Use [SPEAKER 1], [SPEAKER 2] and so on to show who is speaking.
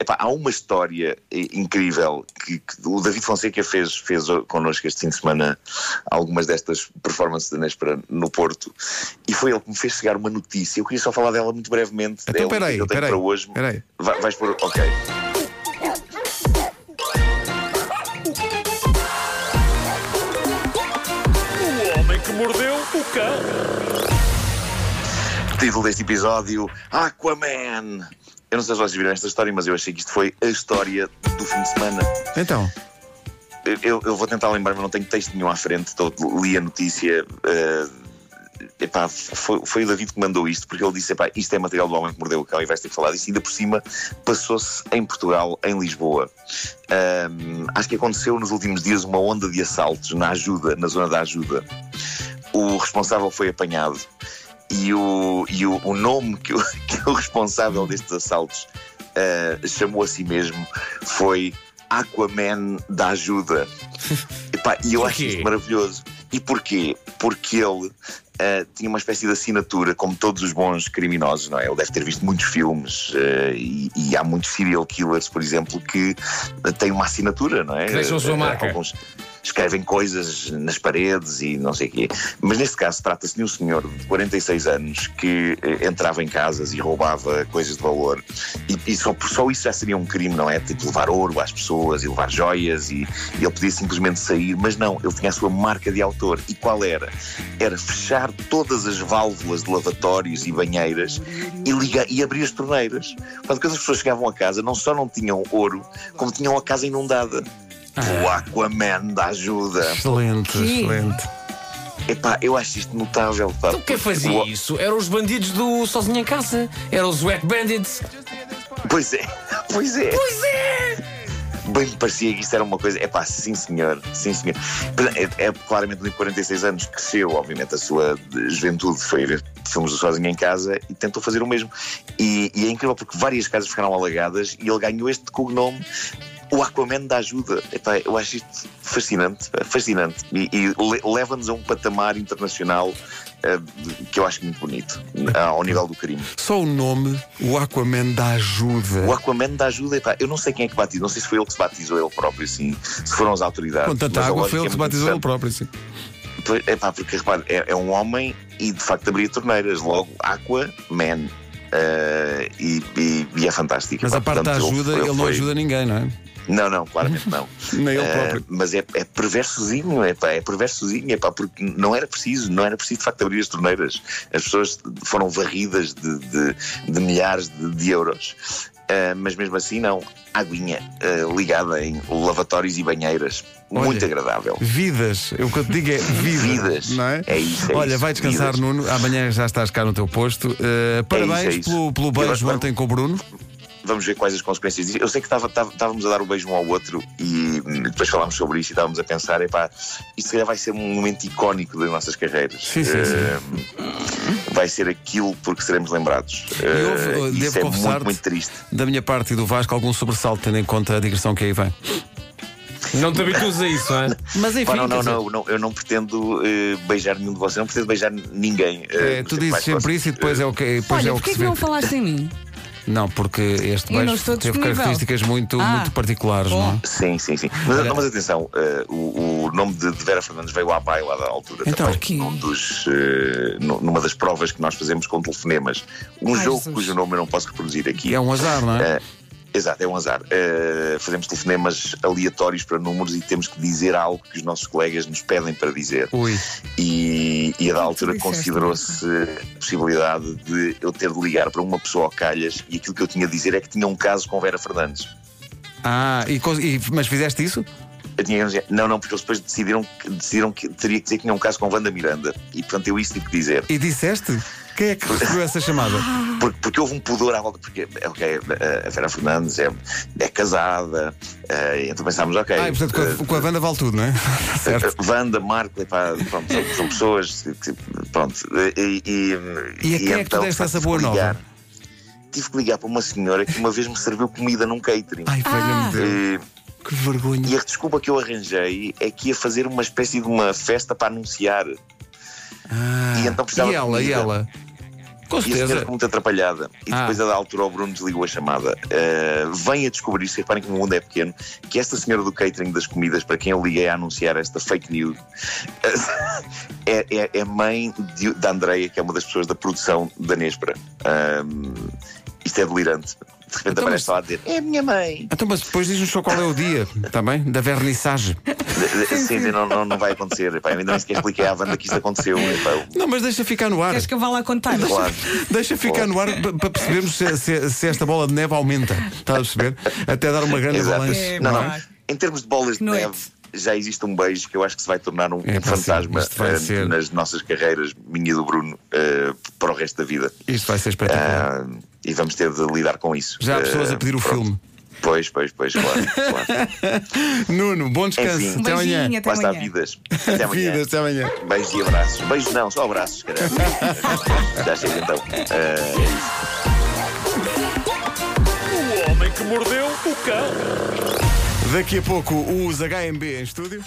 [SPEAKER 1] Epá, há uma história eh, incrível que, que o David Fonseca fez, fez eh, connosco este fim de semana algumas destas performances da Nespera no Porto e foi ele que me fez chegar uma notícia. Eu queria só falar dela muito brevemente.
[SPEAKER 2] Então,
[SPEAKER 1] dela,
[SPEAKER 2] peraí,
[SPEAKER 1] que eu tenho
[SPEAKER 2] peraí,
[SPEAKER 1] para hoje.
[SPEAKER 2] peraí.
[SPEAKER 1] Vai, vais por. Ok.
[SPEAKER 3] O homem que mordeu o cão.
[SPEAKER 1] Título deste episódio: Aquaman. Eu não sei se vocês viram esta história, mas eu achei que isto foi a história do fim de semana.
[SPEAKER 2] Então,
[SPEAKER 1] Eu- Eu, eu vou tentar lembrar, mas não tenho texto nenhum à frente. Estou- li a notícia. eh, epá, foi, foi o David que mandou isto, porque ele disse: epá, isto é material do homem que mordeu o cão e vais ter que falar disso. E ainda por cima, passou-se em Portugal, em Lisboa. Ahm, acho que aconteceu nos últimos dias uma onda de assaltos na ajuda, na zona da ajuda. O responsável foi apanhado e o, e o, o nome que o, que o responsável destes assaltos eh, chamou a si mesmo foi Aquaman da Ajuda. Epá, e eu acho
[SPEAKER 2] Porquê?
[SPEAKER 1] isto maravilhoso. E porquê? Porque ele eh, tinha uma espécie de assinatura, como todos os bons criminosos, não é? Ele deve ter visto muitos filmes eh, e, e há muitos serial killers, por exemplo, que têm uma assinatura, não é?
[SPEAKER 2] deixam a sua
[SPEAKER 1] Eh,
[SPEAKER 2] marca.
[SPEAKER 1] Alguns escrevem coisas nas paredes e não sei o quê. Mas neste caso trata-se de um senhor de 46 anos que eh, entrava em casas e roubava coisas de valor. E, e só, por- só isso já seria um crime, não é? Tipo, levar ouro às pessoas e levar joias e, e ele podia simplesmente sair, mas não, ele tinha a sua marca de autor. E qual era? Era fechar todas as válvulas de lavatórios e banheiras e, ligar, e abrir as torneiras. Portanto, quando as pessoas chegavam a casa, não só não tinham ouro, como tinham a casa inundada.
[SPEAKER 4] Ah.
[SPEAKER 1] O Aquaman da ajuda.
[SPEAKER 2] excelente, excelente.
[SPEAKER 1] Epá, eu acho isto notável. Pá.
[SPEAKER 4] Então quem fazia
[SPEAKER 1] O-
[SPEAKER 4] isso? Eram os bandidos do Sozinho em Casa. Eram os Wet Bandits.
[SPEAKER 1] Pois é, pois é. Pois é! Bem me parecia que isto era uma coisa. Epá, sim senhor, sim senhor. Portanto, É, é claramente de 46 anos cresceu, obviamente, a sua de- juventude foi ver filmes do sozinho em casa e tentou fazer o mesmo. E, e é incrível porque várias casas ficaram alagadas e ele ganhou este cognome. O Aquaman da ajuda. Epá, eu acho isto fascinante, pá, fascinante. E, e le- leva-nos a um patamar internacional eh, que eu acho muito bonito, ah, ao nível do crime.
[SPEAKER 2] Só o nome, o Aquaman dá
[SPEAKER 1] O
[SPEAKER 2] ajuda.
[SPEAKER 1] Aquaman da ajuda, epá, eu não sei quem é que batizou, não sei se foi ele que se batizou ele próprio, sim, se foram as autoridades.
[SPEAKER 2] Com tanta
[SPEAKER 1] mas a
[SPEAKER 2] água,
[SPEAKER 1] lógica
[SPEAKER 2] foi ele
[SPEAKER 1] é
[SPEAKER 2] que
[SPEAKER 1] muito
[SPEAKER 2] se batizou ele
[SPEAKER 1] interessante.
[SPEAKER 2] próprio, sim.
[SPEAKER 1] Pois, epá, porque repare, é, é um homem e de facto abria torneiras, logo Aquaman. Eh, e, e- e é fantástico.
[SPEAKER 2] Mas a
[SPEAKER 1] epá,
[SPEAKER 2] parte da
[SPEAKER 1] portanto,
[SPEAKER 2] ajuda, ele não
[SPEAKER 1] foi-
[SPEAKER 2] ajuda ninguém, não é?
[SPEAKER 1] Não, não, claramente não.
[SPEAKER 2] Nem ele
[SPEAKER 1] Eh,
[SPEAKER 2] próprio.
[SPEAKER 1] mas é, é perversozinho, é pá, é perversozinho, é pá, porque não era preciso, não era preciso de facto abrir as torneiras. As pessoas foram varridas de, de- de milhares de, de euros. Eh, mas mesmo assim, não. Aguinha eh, ligada em lavatórios e banheiras.
[SPEAKER 2] Olha,
[SPEAKER 1] Muito agradável.
[SPEAKER 2] Vidas, o que eu te digo é vida,
[SPEAKER 1] Vidas.
[SPEAKER 2] não é?
[SPEAKER 1] É isso, é
[SPEAKER 2] Olha,
[SPEAKER 1] isso.
[SPEAKER 2] vai descansar,
[SPEAKER 1] Vidas.
[SPEAKER 2] Nuno. Amanhã já estás cá no teu posto. Uh, parabéns
[SPEAKER 1] é isso.
[SPEAKER 2] pelo, pelo
[SPEAKER 1] Eu acho
[SPEAKER 2] beijo
[SPEAKER 1] que-
[SPEAKER 2] ontem com o Bruno.
[SPEAKER 1] Vamos ver quais as consequências disso. Eu sei que estava- estava- estávamos a dar o beijo um ao outro e hum, depois falámos sobre isso e estávamos a pensar: epá, isto se calhar vai ser um momento icónico das nossas carreiras.
[SPEAKER 2] Sim, sim,
[SPEAKER 1] Eh, vai ser aquilo porque seremos lembrados.
[SPEAKER 2] E houve,
[SPEAKER 1] Eh,
[SPEAKER 2] eu
[SPEAKER 1] isso
[SPEAKER 2] devo
[SPEAKER 1] é
[SPEAKER 2] confessar-te-
[SPEAKER 1] muito, muito triste.
[SPEAKER 2] Da minha parte e do Vasco, algum sobressalto, tendo em conta a digressão que aí vem.
[SPEAKER 4] Não te habituas a isso, não é?
[SPEAKER 2] Mas enfim,
[SPEAKER 1] Pá, não,
[SPEAKER 2] quer
[SPEAKER 1] não,
[SPEAKER 2] dizer,
[SPEAKER 1] não, não, eu não pretendo eh, beijar nenhum de vocês, não pretendo beijar ninguém. eh,
[SPEAKER 2] é, tu
[SPEAKER 1] sempre
[SPEAKER 2] dizes
[SPEAKER 1] mais
[SPEAKER 2] sempre
[SPEAKER 1] próximo.
[SPEAKER 2] isso e depois é o que, depois é
[SPEAKER 5] Olha,
[SPEAKER 2] o que
[SPEAKER 5] porquê
[SPEAKER 2] se
[SPEAKER 5] que
[SPEAKER 2] vê.
[SPEAKER 5] não falaste em mim?
[SPEAKER 2] Não, porque este
[SPEAKER 5] Eu não
[SPEAKER 2] beijo
[SPEAKER 5] estou
[SPEAKER 2] teve
[SPEAKER 5] disponível.
[SPEAKER 2] características muito,
[SPEAKER 5] Ah.
[SPEAKER 2] muito particulares,
[SPEAKER 5] Bom.
[SPEAKER 2] não é?
[SPEAKER 1] Sim, sim, sim. Mas, não, mas atenção, eh, o, o nome de, de Vera Fernandes veio à baila da altura
[SPEAKER 2] Então,
[SPEAKER 1] também,
[SPEAKER 5] porquê?
[SPEAKER 1] num dos, eh, nu- numa das provas que nós fazemos com telefonemas. Um
[SPEAKER 5] Ai,
[SPEAKER 1] jogo
[SPEAKER 5] Jesus.
[SPEAKER 1] cujo nome eu não posso reproduzir aqui.
[SPEAKER 2] E é um azar, não é?
[SPEAKER 1] Eh, Exato, é um azar. Eh, fazemos telefonemas aleatórios para números e temos que dizer algo que os nossos colegas nos pedem para dizer.
[SPEAKER 2] Ui.
[SPEAKER 1] e, e a da altura
[SPEAKER 5] disseste,
[SPEAKER 1] considerou-se
[SPEAKER 2] é?
[SPEAKER 1] a possibilidade de eu ter de ligar para uma pessoa ao calhas e aquilo que eu tinha a dizer é que tinha um caso com Vera Fernandes.
[SPEAKER 2] Ah, e, cons- e- mas fizeste isso?
[SPEAKER 1] Eu tinha que dizer, não, não, porque eles depois decidiram, que- decidiram que teria que dizer que tinha um caso com Wanda Miranda e portanto eu isso tive que dizer.
[SPEAKER 2] E disseste? Quem é que recebeu essa chamada?
[SPEAKER 1] Porque, porque houve um pudor à volta, porque ok, a Vera Fernandes é, é casada, eh, então pensámos, ok.
[SPEAKER 2] Ah, e portanto, com a,
[SPEAKER 1] eh,
[SPEAKER 2] com a banda vale tudo, não é? certo.
[SPEAKER 1] Wanda, Marco, epá, pronto, são, são pessoas que, que- pronto. E, e,
[SPEAKER 2] E a quem é que tu deste
[SPEAKER 1] pá,
[SPEAKER 2] essa
[SPEAKER 1] tive
[SPEAKER 2] boa
[SPEAKER 1] que
[SPEAKER 2] nova?
[SPEAKER 1] ligar- Tive que ligar para uma senhora que uma vez me serviu comida num catering.
[SPEAKER 2] Ai, velho-me
[SPEAKER 5] Ah.
[SPEAKER 2] Deus.
[SPEAKER 1] E,
[SPEAKER 2] Que vergonha.
[SPEAKER 1] e a desculpa que eu arranjei é que ia fazer uma espécie de uma festa para anunciar.
[SPEAKER 2] Ah,
[SPEAKER 1] e então precisava
[SPEAKER 2] e ela,
[SPEAKER 1] de
[SPEAKER 2] e
[SPEAKER 1] comida.
[SPEAKER 2] ela. Com
[SPEAKER 1] E a senhora
[SPEAKER 2] certeza.
[SPEAKER 1] ficou muito atrapalhada. E
[SPEAKER 2] Ah.
[SPEAKER 1] depois, a da altura, o Bruno desligou a chamada. Uh, vem a descobrir, se reparem que o mundo é pequeno, que esta senhora do catering das comidas, para quem eu liguei a anunciar esta fake news, é, é- é mãe de- da Andreia, que é uma das pessoas da produção da Nespera. Um, isto é delirante. De repente
[SPEAKER 2] Então,
[SPEAKER 1] aparece
[SPEAKER 2] mas-
[SPEAKER 1] lá a dizer: É a minha mãe.
[SPEAKER 2] Então, mas depois diz-nos só qual é o dia, está bem? Da vernissage.
[SPEAKER 1] Sim, sim, não, não, não vai acontecer. Epá, eu ainda nem sequer expliquei à banda que isto aconteceu. Epá,
[SPEAKER 2] Não, mas deixa ficar no ar.
[SPEAKER 5] Queres que eu vá lá contar?
[SPEAKER 1] claro.
[SPEAKER 2] Deixa ficar no ar pa- para percebermos se, se- se esta bola de neve aumenta. Está a perceber? Até dar uma grande
[SPEAKER 1] Exato.
[SPEAKER 2] avalanche.
[SPEAKER 5] É,
[SPEAKER 1] não,
[SPEAKER 5] pá.
[SPEAKER 1] não. Em termos de bolas de
[SPEAKER 5] Que noite.
[SPEAKER 1] neve, já existe um beijo que eu acho que se vai tornar um,
[SPEAKER 2] É,
[SPEAKER 1] um
[SPEAKER 2] pá, sim,
[SPEAKER 1] fantasma
[SPEAKER 2] isto vai
[SPEAKER 1] eh,
[SPEAKER 2] ser.
[SPEAKER 1] nas nossas carreiras, minha e do Bruno, eh, para o resto da vida.
[SPEAKER 2] Isto vai ser espetacular.
[SPEAKER 1] Ah, e vamos ter de lidar com isso.
[SPEAKER 2] Já há
[SPEAKER 1] Eh,
[SPEAKER 2] pessoas a pedir o
[SPEAKER 1] pronto.
[SPEAKER 2] filme.
[SPEAKER 1] Pois, pois, pois, claro. claro.
[SPEAKER 2] Nuno, bom descanso.
[SPEAKER 1] Enfim. Um
[SPEAKER 2] até amanhã.
[SPEAKER 5] beijinho, até
[SPEAKER 1] Lá está
[SPEAKER 5] amanhã.
[SPEAKER 1] vidas. Até amanhã.
[SPEAKER 2] Vidas, até amanhã.
[SPEAKER 1] Beijos e abraços. Beijos não, só abraços, caralho. já chega então. Eh,
[SPEAKER 3] O homem que mordeu o cão.
[SPEAKER 2] Daqui a pouco os HMB em estúdio.